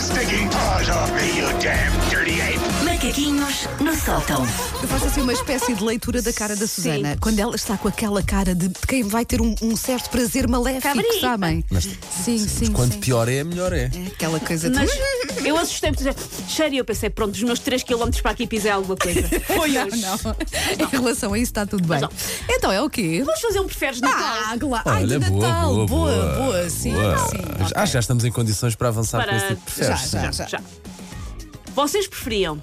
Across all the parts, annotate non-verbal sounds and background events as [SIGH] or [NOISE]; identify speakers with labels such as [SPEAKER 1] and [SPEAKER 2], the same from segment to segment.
[SPEAKER 1] stinking paws off me, you damn dirty ape!
[SPEAKER 2] Macaquinhos no sótão.
[SPEAKER 3] Eu faço assim uma espécie de leitura da cara da Susana. Quando ela está com aquela cara de de quem vai ter um, um certo prazer maléfico,
[SPEAKER 4] Cabrita.
[SPEAKER 3] sabem?
[SPEAKER 5] Mas-
[SPEAKER 3] sim, sim.
[SPEAKER 5] Quanto
[SPEAKER 3] sim.
[SPEAKER 5] pior é, melhor é.
[SPEAKER 3] É Aquela coisa de.
[SPEAKER 4] Mas eu assustei-me, por exemplo, cheiro, e eu pensei, pronto, os meus 3 km para aqui pisei alguma coisa. Foi
[SPEAKER 3] não,
[SPEAKER 4] hoje.
[SPEAKER 3] não. Em relação a isso está tudo bem.
[SPEAKER 4] não.
[SPEAKER 3] Então é o quê?
[SPEAKER 4] Vamos fazer um preferes
[SPEAKER 3] Ah,
[SPEAKER 4] Natal.
[SPEAKER 3] claro. Ai, de
[SPEAKER 5] Olha, boa,
[SPEAKER 3] Natal.
[SPEAKER 5] boa,
[SPEAKER 3] boa,
[SPEAKER 5] boa,
[SPEAKER 3] boa, Sim,
[SPEAKER 5] Boa.
[SPEAKER 3] sim.
[SPEAKER 5] Acho que já estamos em condições para avançar
[SPEAKER 4] Para-
[SPEAKER 5] com esse tipo de
[SPEAKER 3] Já,
[SPEAKER 5] preferes.
[SPEAKER 3] já, já.
[SPEAKER 4] Já. Vocês preferiam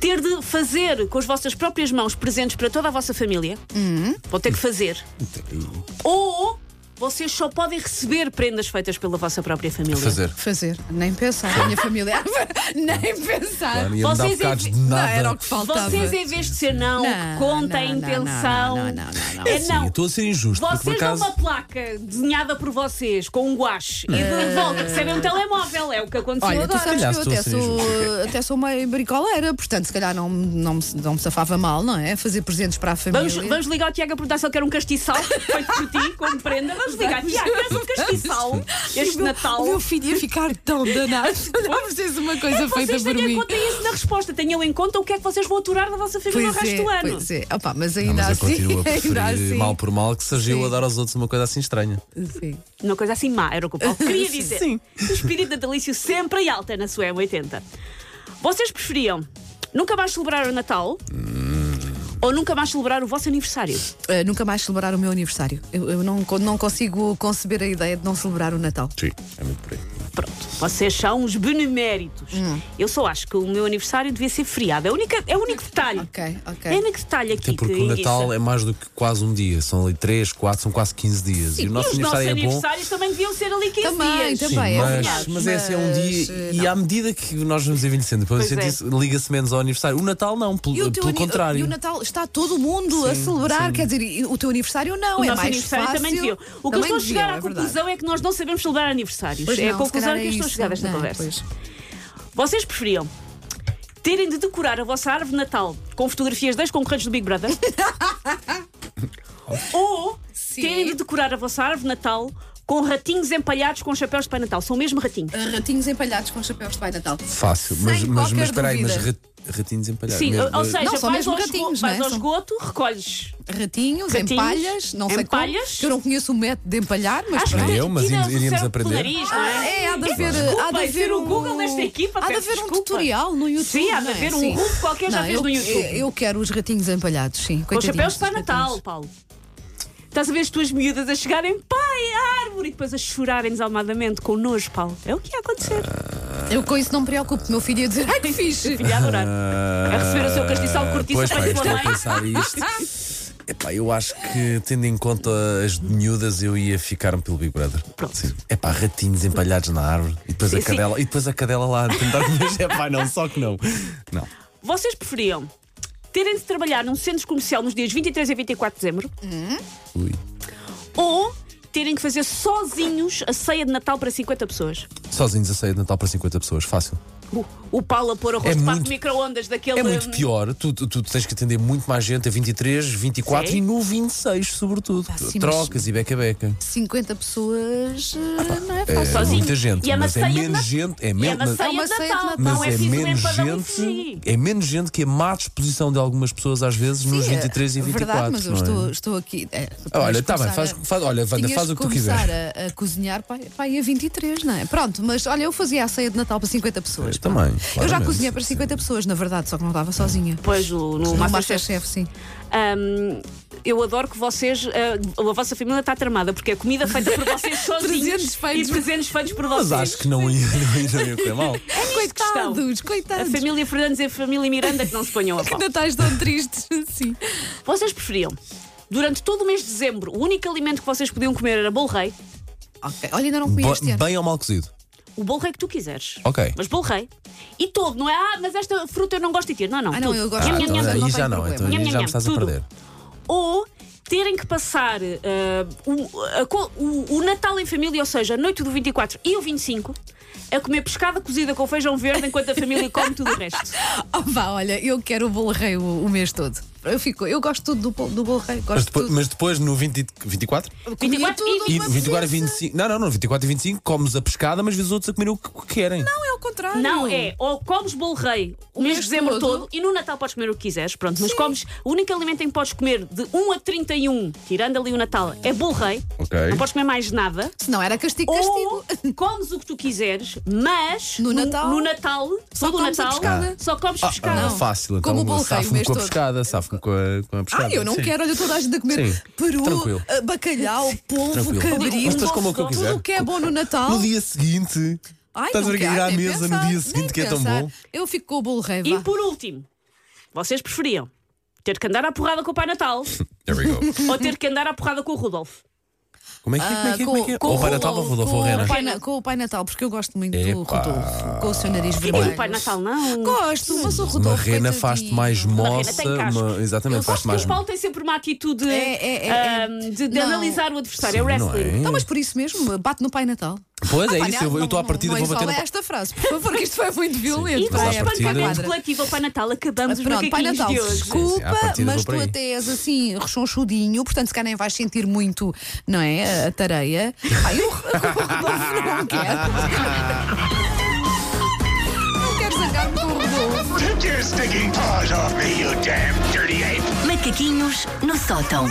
[SPEAKER 4] ter de fazer com as vossas próprias mãos presentes para toda a vossa família?
[SPEAKER 3] Hum.
[SPEAKER 4] Vão ter que fazer. Ou vocês só podem receber prendas feitas pela vossa própria família?
[SPEAKER 5] Fazer.
[SPEAKER 3] Fazer. Nem pensar. A minha família. [LAUGHS] Nem pensar.
[SPEAKER 5] Claro, ia-me dar
[SPEAKER 4] Vocês
[SPEAKER 5] bocados
[SPEAKER 4] envi-
[SPEAKER 5] de
[SPEAKER 3] Não,
[SPEAKER 5] nada.
[SPEAKER 3] era o que faltava.
[SPEAKER 4] Vocês, em vez de ser não,
[SPEAKER 3] Não,
[SPEAKER 4] É, conta a
[SPEAKER 3] não, não,
[SPEAKER 4] intenção.
[SPEAKER 3] não, não, não, não, não.
[SPEAKER 4] É
[SPEAKER 5] Sim, eu
[SPEAKER 4] não.
[SPEAKER 5] estou a ser injusto, porque por
[SPEAKER 4] Vocês dão
[SPEAKER 5] acaso. Ah,
[SPEAKER 4] uma placa desenhada por vocês com um guache e de volta recebem um telemóvel. É o que aconteceu
[SPEAKER 3] É. Olha, tu
[SPEAKER 4] agora.
[SPEAKER 3] sabes
[SPEAKER 5] Aliás,
[SPEAKER 3] que eu
[SPEAKER 5] estou a
[SPEAKER 3] até
[SPEAKER 5] ser
[SPEAKER 3] sou, assim, [LAUGHS]
[SPEAKER 5] injusto.
[SPEAKER 3] até sou meio bricoleira, portanto, se calhar não, não, me, não me safava mal, não é? Fazer presentes para a família.
[SPEAKER 4] Vamos, vamos ligar ao Tiago a perguntar se ele quer um castiçal [LAUGHS] feito por ti, como prenda. Vamos ligar. Tiago, queres um castiçal este Natal?
[SPEAKER 3] O meu filho ia ficar tão
[SPEAKER 4] [LAUGHS]
[SPEAKER 3] danado. Não precisas uma coisa feita
[SPEAKER 4] Vocês
[SPEAKER 3] por
[SPEAKER 4] tenham em
[SPEAKER 3] mim.
[SPEAKER 4] conta isso na resposta. Tenham em conta o que é que vocês vão aturar da vossa família
[SPEAKER 3] Pois
[SPEAKER 4] no resto
[SPEAKER 3] é,
[SPEAKER 4] do ano.
[SPEAKER 3] pois é. Opa, mas
[SPEAKER 5] Não,
[SPEAKER 3] ainda
[SPEAKER 5] mas eu
[SPEAKER 3] assim,
[SPEAKER 5] continuo
[SPEAKER 3] [LAUGHS] ainda
[SPEAKER 5] a preferir
[SPEAKER 3] assim.
[SPEAKER 5] mal por mal que surgiu
[SPEAKER 3] Sim.
[SPEAKER 5] a dar aos outros uma coisa assim estranha.
[SPEAKER 3] Sim.
[SPEAKER 4] Uma coisa assim má, era o que
[SPEAKER 3] [LAUGHS]
[SPEAKER 4] o Paulo queria
[SPEAKER 3] é. Sim.
[SPEAKER 4] dizer.
[SPEAKER 3] Sim.
[SPEAKER 4] O espírito natalício sempre em alta na sua M80. Vocês preferiam nunca mais celebrar o Natal
[SPEAKER 3] Hum.
[SPEAKER 4] ou nunca mais celebrar o vosso aniversário?
[SPEAKER 3] Uh, nunca mais celebrar o meu aniversário. Eu, eu não, co- não consigo conceber a ideia de não celebrar o Natal.
[SPEAKER 5] Sim, é muito por aí.
[SPEAKER 4] Pronto, vocês são os beneméritos.
[SPEAKER 3] Hum.
[SPEAKER 4] Eu só acho que o meu aniversário devia ser feriado. É, a única, é o único detalhe.
[SPEAKER 3] Ok, ok.
[SPEAKER 4] É o único detalhe aqui.
[SPEAKER 5] Até porque
[SPEAKER 4] que
[SPEAKER 5] o Natal
[SPEAKER 4] enguiça.
[SPEAKER 5] é mais do que quase um dia. São ali 3, 4, são quase 15 dias.
[SPEAKER 4] E
[SPEAKER 5] e o nosso
[SPEAKER 4] os nossos
[SPEAKER 5] aniversário é bom.
[SPEAKER 4] aniversários também deviam ser ali 15
[SPEAKER 3] Também,
[SPEAKER 4] dias.
[SPEAKER 3] também.
[SPEAKER 5] Sim,
[SPEAKER 3] Bem, é
[SPEAKER 5] mas,
[SPEAKER 4] verdade.
[SPEAKER 5] mas é assim, é um
[SPEAKER 3] Mas,
[SPEAKER 5] dia.
[SPEAKER 3] eh,
[SPEAKER 5] e à medida que nós vamos envelhecendo, depois
[SPEAKER 4] Pois é.
[SPEAKER 5] isso liga-se menos ao aniversário. O Natal não, pelo,
[SPEAKER 3] E o teu
[SPEAKER 5] pelo
[SPEAKER 3] ani-
[SPEAKER 5] contrário.
[SPEAKER 3] E o Natal está todo mundo a celebrar, quer dizer, e o teu aniversário não,
[SPEAKER 4] O
[SPEAKER 3] é
[SPEAKER 4] nosso
[SPEAKER 3] mais
[SPEAKER 4] aniversário
[SPEAKER 3] fácil.
[SPEAKER 4] também deviam. O que eu
[SPEAKER 3] Também
[SPEAKER 4] estou a chegar
[SPEAKER 3] deviam,
[SPEAKER 4] à
[SPEAKER 3] é verdade.
[SPEAKER 4] conclusão é que nós não sabemos celebrar aniversários.
[SPEAKER 3] Pois
[SPEAKER 4] é
[SPEAKER 3] não,
[SPEAKER 4] a
[SPEAKER 3] se
[SPEAKER 4] conclusão
[SPEAKER 3] calhar
[SPEAKER 4] a que eu
[SPEAKER 3] é
[SPEAKER 4] estou a
[SPEAKER 3] isso.
[SPEAKER 4] chegar desta
[SPEAKER 3] Não,
[SPEAKER 4] conversa.
[SPEAKER 3] pois.
[SPEAKER 4] Vocês preferiam terem de decorar a vossa árvore de Natal com fotografias das concorrentes do
[SPEAKER 5] [LAUGHS]
[SPEAKER 4] Big Brother? ou terem de decorar a vossa árvore de Natal com ratinhos empalhados com chapéus de Pai Natal? São mesmo ratinhos.
[SPEAKER 5] É,
[SPEAKER 3] Uh, Ratinhos empalhados com chapéus de Pai Natal.
[SPEAKER 5] Fácil,
[SPEAKER 3] Sem
[SPEAKER 5] mas, mas,
[SPEAKER 3] qualquer
[SPEAKER 5] mas espera aí, mas
[SPEAKER 3] dúvida.
[SPEAKER 5] rat- ratinhos empalhados.
[SPEAKER 4] Sim,
[SPEAKER 5] mesmo,
[SPEAKER 4] ou- ou
[SPEAKER 5] eh,
[SPEAKER 4] seja,
[SPEAKER 3] Não, são
[SPEAKER 4] vais,
[SPEAKER 3] mesmo
[SPEAKER 4] ao, esgo-
[SPEAKER 3] ratinhos,
[SPEAKER 4] vais
[SPEAKER 3] não é?
[SPEAKER 4] ao
[SPEAKER 3] São-
[SPEAKER 4] esgoto, recolhes.
[SPEAKER 3] Ratinhos,
[SPEAKER 4] Ratinhos,
[SPEAKER 3] empalhas, não sei como.
[SPEAKER 4] empalhas.
[SPEAKER 3] que Eu não conheço o método de empalhar, mas
[SPEAKER 4] Acho que
[SPEAKER 3] pronto.
[SPEAKER 5] Nem eu, mas
[SPEAKER 4] tiras
[SPEAKER 5] iríamos-
[SPEAKER 4] o
[SPEAKER 5] iríamos
[SPEAKER 4] cérebro pelo
[SPEAKER 5] aprender.
[SPEAKER 4] nariz, não
[SPEAKER 3] Ah,
[SPEAKER 4] é?
[SPEAKER 3] é, há de haver, há de
[SPEAKER 4] Desculpa, é
[SPEAKER 3] haver
[SPEAKER 4] ser o
[SPEAKER 3] um-
[SPEAKER 4] Google desta equipa,
[SPEAKER 3] Há de
[SPEAKER 4] peço
[SPEAKER 3] haver um
[SPEAKER 4] desculpa.
[SPEAKER 3] tutorial no YouTube.
[SPEAKER 4] Sim, há de
[SPEAKER 3] não é?
[SPEAKER 4] haver um
[SPEAKER 3] Sim.
[SPEAKER 4] grupo qualquer já
[SPEAKER 3] Não,
[SPEAKER 4] fez
[SPEAKER 3] eu,
[SPEAKER 4] no YouTube.
[SPEAKER 3] Eu, eu quero os ratinhos empalhados, sim.
[SPEAKER 4] Com os chapéus
[SPEAKER 3] coitadinhos
[SPEAKER 4] para
[SPEAKER 3] dos
[SPEAKER 4] Natal,
[SPEAKER 3] ratinhos.
[SPEAKER 4] Paulo. Estás a ver as tuas miúdas a chegarem, pai, à árvore, e depois a chorarem desalmadamente com nojo, Paulo. É o que ia acontecer.
[SPEAKER 5] Ah.
[SPEAKER 3] Eu com isso não me preocupo, meu filho ia dizer, ai que fixe.
[SPEAKER 4] Filha, a adorar.
[SPEAKER 5] Ah,
[SPEAKER 4] A receber o seu castiçal cortiço
[SPEAKER 5] Pois, é pá, eu
[SPEAKER 4] para é. a
[SPEAKER 5] estou
[SPEAKER 4] tua
[SPEAKER 5] a
[SPEAKER 4] mãe.
[SPEAKER 5] pensar isto. Epá, eu acho que, tendo em conta as de miúdas, eu ia ficar-me pelo Big Brother.
[SPEAKER 4] Pronto.
[SPEAKER 5] Epá, ratinhos empalhados na árvore e depois,
[SPEAKER 4] Sim,
[SPEAKER 5] a,
[SPEAKER 4] sim.
[SPEAKER 5] cadela, e depois a cadela lá a tentar
[SPEAKER 4] [LAUGHS]
[SPEAKER 5] comer. Epá, não, só que não. Não.
[SPEAKER 4] Vocês preferiam terem de trabalhar num centro comercial nos dias 23 e 24 de dezembro
[SPEAKER 5] Ui.
[SPEAKER 4] ou terem que fazer sozinhos a ceia de Natal para 50 pessoas?
[SPEAKER 5] Sozinhos a ceia de Natal para 50 pessoas, fácil.
[SPEAKER 4] O, o Paulo a pôr arroz
[SPEAKER 5] Uh. É
[SPEAKER 4] de pato
[SPEAKER 5] muito-
[SPEAKER 4] micro-ondas daquele. hum,
[SPEAKER 5] É muito pior, tu, tu- tu tens que atender muito mais gente a 23, 24
[SPEAKER 4] Sim.
[SPEAKER 5] e no 26, sobretudo.
[SPEAKER 3] sim, mas-
[SPEAKER 5] Trocas e beca a beca.
[SPEAKER 3] 50 pessoas eh, não é fácil.
[SPEAKER 4] Sozinho.
[SPEAKER 5] muita gente,
[SPEAKER 4] E é uma
[SPEAKER 5] mas é
[SPEAKER 4] ceia de
[SPEAKER 5] menos
[SPEAKER 4] Nat-
[SPEAKER 5] gente, é
[SPEAKER 4] E é
[SPEAKER 5] menos-
[SPEAKER 4] uma
[SPEAKER 5] mas-
[SPEAKER 4] ceia
[SPEAKER 3] É uma
[SPEAKER 4] de
[SPEAKER 3] ceia de
[SPEAKER 4] Natal,
[SPEAKER 3] Natal.
[SPEAKER 4] não
[SPEAKER 5] Mas
[SPEAKER 4] é,
[SPEAKER 5] é,
[SPEAKER 4] preciso um
[SPEAKER 5] menos
[SPEAKER 4] empadão em
[SPEAKER 5] gente,
[SPEAKER 4] si.
[SPEAKER 5] é menos gente que a má disposição de algumas pessoas às vezes nos
[SPEAKER 3] Sim, é
[SPEAKER 5] 23 e 24.
[SPEAKER 3] Verdade, mas eu
[SPEAKER 5] não é?
[SPEAKER 3] estou, estou aqui. é, tu
[SPEAKER 5] Ah, Olha,
[SPEAKER 3] tinhas
[SPEAKER 5] está
[SPEAKER 3] de
[SPEAKER 5] bem,
[SPEAKER 3] começar
[SPEAKER 5] faz, faz- olha, Wanda,
[SPEAKER 3] tinhas
[SPEAKER 5] faz
[SPEAKER 3] de
[SPEAKER 5] o que tu
[SPEAKER 3] começar
[SPEAKER 5] quiseres.
[SPEAKER 3] A, a cozinhar para, para a 23, não é? Pronto, mas olha, eu fazia a ceia de Natal para 50 pessoas.
[SPEAKER 5] Eu
[SPEAKER 3] pá.
[SPEAKER 5] É, também,
[SPEAKER 3] Eu já
[SPEAKER 5] claramente,
[SPEAKER 3] cozinhei para
[SPEAKER 5] sim.
[SPEAKER 3] 50 pessoas, na verdade, só que não estava sozinha.
[SPEAKER 4] Pois, o- no
[SPEAKER 3] No
[SPEAKER 4] Masterchef.
[SPEAKER 3] Masterchef, sim.
[SPEAKER 4] Hum, eu adoro que vocês, ah, a, vossa família está tramada, porque é comida feita por
[SPEAKER 3] [LAUGHS]
[SPEAKER 4] vocês sozinhos
[SPEAKER 3] Presentes feitos
[SPEAKER 4] e
[SPEAKER 3] por-
[SPEAKER 4] presentes feitos por vocês.
[SPEAKER 5] Mas acho que não ia, [LAUGHS] não ia, não ia
[SPEAKER 3] [LAUGHS]
[SPEAKER 5] correr
[SPEAKER 3] É
[SPEAKER 5] mal.
[SPEAKER 3] Coitados,
[SPEAKER 4] A
[SPEAKER 3] coitados.
[SPEAKER 4] família é Fernandes e a família Miranda que não
[SPEAKER 3] [LAUGHS]
[SPEAKER 4] se ponham a
[SPEAKER 3] Que
[SPEAKER 4] pau.
[SPEAKER 3] Natais tão tristes, [LAUGHS] sim.
[SPEAKER 4] Vocês preferiam, durante todo o mês de dezembro, o único alimento que vocês podiam comer era bolo rei,
[SPEAKER 3] Ok, Olha, ainda não comi
[SPEAKER 5] Bo-
[SPEAKER 3] este ano.
[SPEAKER 5] bem ou mal cozido?
[SPEAKER 4] o bolo rei que tu quiseres.
[SPEAKER 5] Ok.
[SPEAKER 4] Mas bolo rei. E todo, não é? Ah, mas esta fruta eu não gosto de ter. Não, não.
[SPEAKER 3] Ah, não,
[SPEAKER 4] tudo.
[SPEAKER 3] eu gosto
[SPEAKER 4] Nham,
[SPEAKER 3] de tudo.
[SPEAKER 4] nham, nham.
[SPEAKER 3] não tem
[SPEAKER 5] aí já não,
[SPEAKER 3] problema.
[SPEAKER 5] então aí
[SPEAKER 4] Nham,
[SPEAKER 5] já
[SPEAKER 4] nham,
[SPEAKER 5] me estás a
[SPEAKER 4] tudo.
[SPEAKER 5] perder.
[SPEAKER 4] ou terem que passar eh, ah, o, a co- o- o Natal em família, ou seja, a noite do 24 e o 25, a comer pescada cozida com feijão verde enquanto a família come tudo o
[SPEAKER 3] [LAUGHS]
[SPEAKER 4] resto.
[SPEAKER 3] Oh, vá, olha, eu quero o bolo rei o, o mês todo. Eu, fico, eu gosto tudo do, bolo- do bolo rei. Gosto
[SPEAKER 5] Mas
[SPEAKER 3] de
[SPEAKER 5] depois,
[SPEAKER 3] tudo.
[SPEAKER 5] mas depois no 20, 24?
[SPEAKER 3] Comia
[SPEAKER 4] 24 e
[SPEAKER 3] tudo,
[SPEAKER 5] E
[SPEAKER 3] uma
[SPEAKER 5] 24 e
[SPEAKER 3] beleza.
[SPEAKER 5] 25. Não, não, não. 24 e 25 comes a pescada, mas vês os outros a comer o que querem.
[SPEAKER 3] Não, é o contrário.
[SPEAKER 4] Não, é, ou comes bolo rei o mês de
[SPEAKER 3] mês
[SPEAKER 4] dezembro
[SPEAKER 3] todo.
[SPEAKER 4] todo. e no Natal podes comer o que quiseres, pronto, mas comes, o único alimento em que podes comer de 1 a 31, tirando ali o Natal, é bolo rei,
[SPEAKER 5] Ok.
[SPEAKER 4] não podes comer mais nada.
[SPEAKER 3] Se não era castigo,
[SPEAKER 4] Ou
[SPEAKER 3] castigo.
[SPEAKER 4] comes o que tu quiseres, mas
[SPEAKER 3] No Natal?
[SPEAKER 4] no, Natal, todo o
[SPEAKER 3] comes a
[SPEAKER 4] Natal,
[SPEAKER 3] pescada.
[SPEAKER 4] só comes pescada.
[SPEAKER 5] Ah,
[SPEAKER 3] Não.
[SPEAKER 5] fácil,
[SPEAKER 3] Como o
[SPEAKER 5] então
[SPEAKER 3] bolo rei o
[SPEAKER 5] safo-me
[SPEAKER 3] mês
[SPEAKER 5] com a
[SPEAKER 3] todo.
[SPEAKER 5] pescada, safo-me com a, com a pescada.
[SPEAKER 3] Ah, eu não
[SPEAKER 5] Sim.
[SPEAKER 3] quero, olha, toda a gente a comer
[SPEAKER 5] Sim.
[SPEAKER 3] peru,
[SPEAKER 5] Tranquilo.
[SPEAKER 3] ah, bacalhau, polvo,
[SPEAKER 5] Tranquilo. Mas
[SPEAKER 3] cabrito.
[SPEAKER 5] depois como o que eu quiser.
[SPEAKER 3] Tudo o que é bom no Natal.
[SPEAKER 5] No dia seguinte.
[SPEAKER 3] Ai,
[SPEAKER 5] estás a
[SPEAKER 3] não
[SPEAKER 5] ver que ir
[SPEAKER 3] quero,
[SPEAKER 5] à
[SPEAKER 3] nem
[SPEAKER 5] mesa
[SPEAKER 3] pensar,
[SPEAKER 5] no dia
[SPEAKER 3] nem
[SPEAKER 5] seguinte que é tão
[SPEAKER 3] pensar.
[SPEAKER 5] bom. é
[SPEAKER 3] Eu fico com o bolo rei,
[SPEAKER 4] E
[SPEAKER 3] vá.
[SPEAKER 4] por último, vocês preferiam ter que andar à porrada com o
[SPEAKER 3] [LAUGHS]
[SPEAKER 4] Pai Natal
[SPEAKER 5] There we go.
[SPEAKER 4] ou ter que andar à porrada com o Rudolf?
[SPEAKER 5] Como é que é? Como é que é?
[SPEAKER 3] Ah,
[SPEAKER 5] Como é que é?
[SPEAKER 3] com-
[SPEAKER 5] Ou
[SPEAKER 3] com
[SPEAKER 5] o Pai Natal ou o Rodolfo
[SPEAKER 3] com
[SPEAKER 5] ou
[SPEAKER 3] o
[SPEAKER 5] Rena?
[SPEAKER 3] Pai Na- Com o Pai Natal, porque eu gosto muito do
[SPEAKER 5] Epá.
[SPEAKER 3] Rodolfo, com o seu nariz
[SPEAKER 4] E
[SPEAKER 3] vermelho.
[SPEAKER 4] é tipo, o um Pai Natal não.
[SPEAKER 3] Gosto, mas o Rodolfo.
[SPEAKER 5] Uma rena faz-te
[SPEAKER 3] coitadinho.
[SPEAKER 5] mais moça.
[SPEAKER 4] tem casco.
[SPEAKER 5] uma- Exatamente,
[SPEAKER 4] Gosto
[SPEAKER 5] faz-te
[SPEAKER 4] que
[SPEAKER 5] mais
[SPEAKER 4] o
[SPEAKER 3] um
[SPEAKER 4] Paulo tem sempre uma atitude
[SPEAKER 3] É, é, é, é.
[SPEAKER 4] ahm, de, de
[SPEAKER 3] Não.
[SPEAKER 4] analisar o adversário, é
[SPEAKER 5] Sim, não
[SPEAKER 4] wrestling.
[SPEAKER 5] é?
[SPEAKER 3] Não, Então, mas por isso mesmo, bate no Pai Natal.
[SPEAKER 5] Pois é
[SPEAKER 3] Pá,
[SPEAKER 5] isso,
[SPEAKER 3] não,
[SPEAKER 5] eu eu estou à
[SPEAKER 3] não-
[SPEAKER 5] partida,
[SPEAKER 3] não é
[SPEAKER 5] vou bater
[SPEAKER 3] isole
[SPEAKER 5] no.
[SPEAKER 3] esta frase, por favor, que isto foi muito violento.
[SPEAKER 5] Mas
[SPEAKER 4] E com
[SPEAKER 5] à
[SPEAKER 3] Vai,
[SPEAKER 4] o
[SPEAKER 5] partida-
[SPEAKER 4] espancamento
[SPEAKER 3] quadra.
[SPEAKER 4] coletivo ao Pai Natal acabamos os
[SPEAKER 3] Pronto, Pai
[SPEAKER 4] macaquinhos
[SPEAKER 3] Natal,
[SPEAKER 4] de hoje.
[SPEAKER 5] Sim, sim, à
[SPEAKER 3] desculpa,
[SPEAKER 5] partida
[SPEAKER 3] mas
[SPEAKER 5] vou por
[SPEAKER 3] tu
[SPEAKER 5] aí.
[SPEAKER 3] até és assim, rechonchudinho, portanto, se calhar nem vais sentir muito, não é? A tareia. Ai, eu [LAUGHS] o Rodolfo não
[SPEAKER 5] [LAUGHS]
[SPEAKER 3] quero. Não quero zangar-me com o Rodolfo.
[SPEAKER 1] Take your stinking paws off me, you damn dirty ape!
[SPEAKER 2] Macaquinhos no sótão.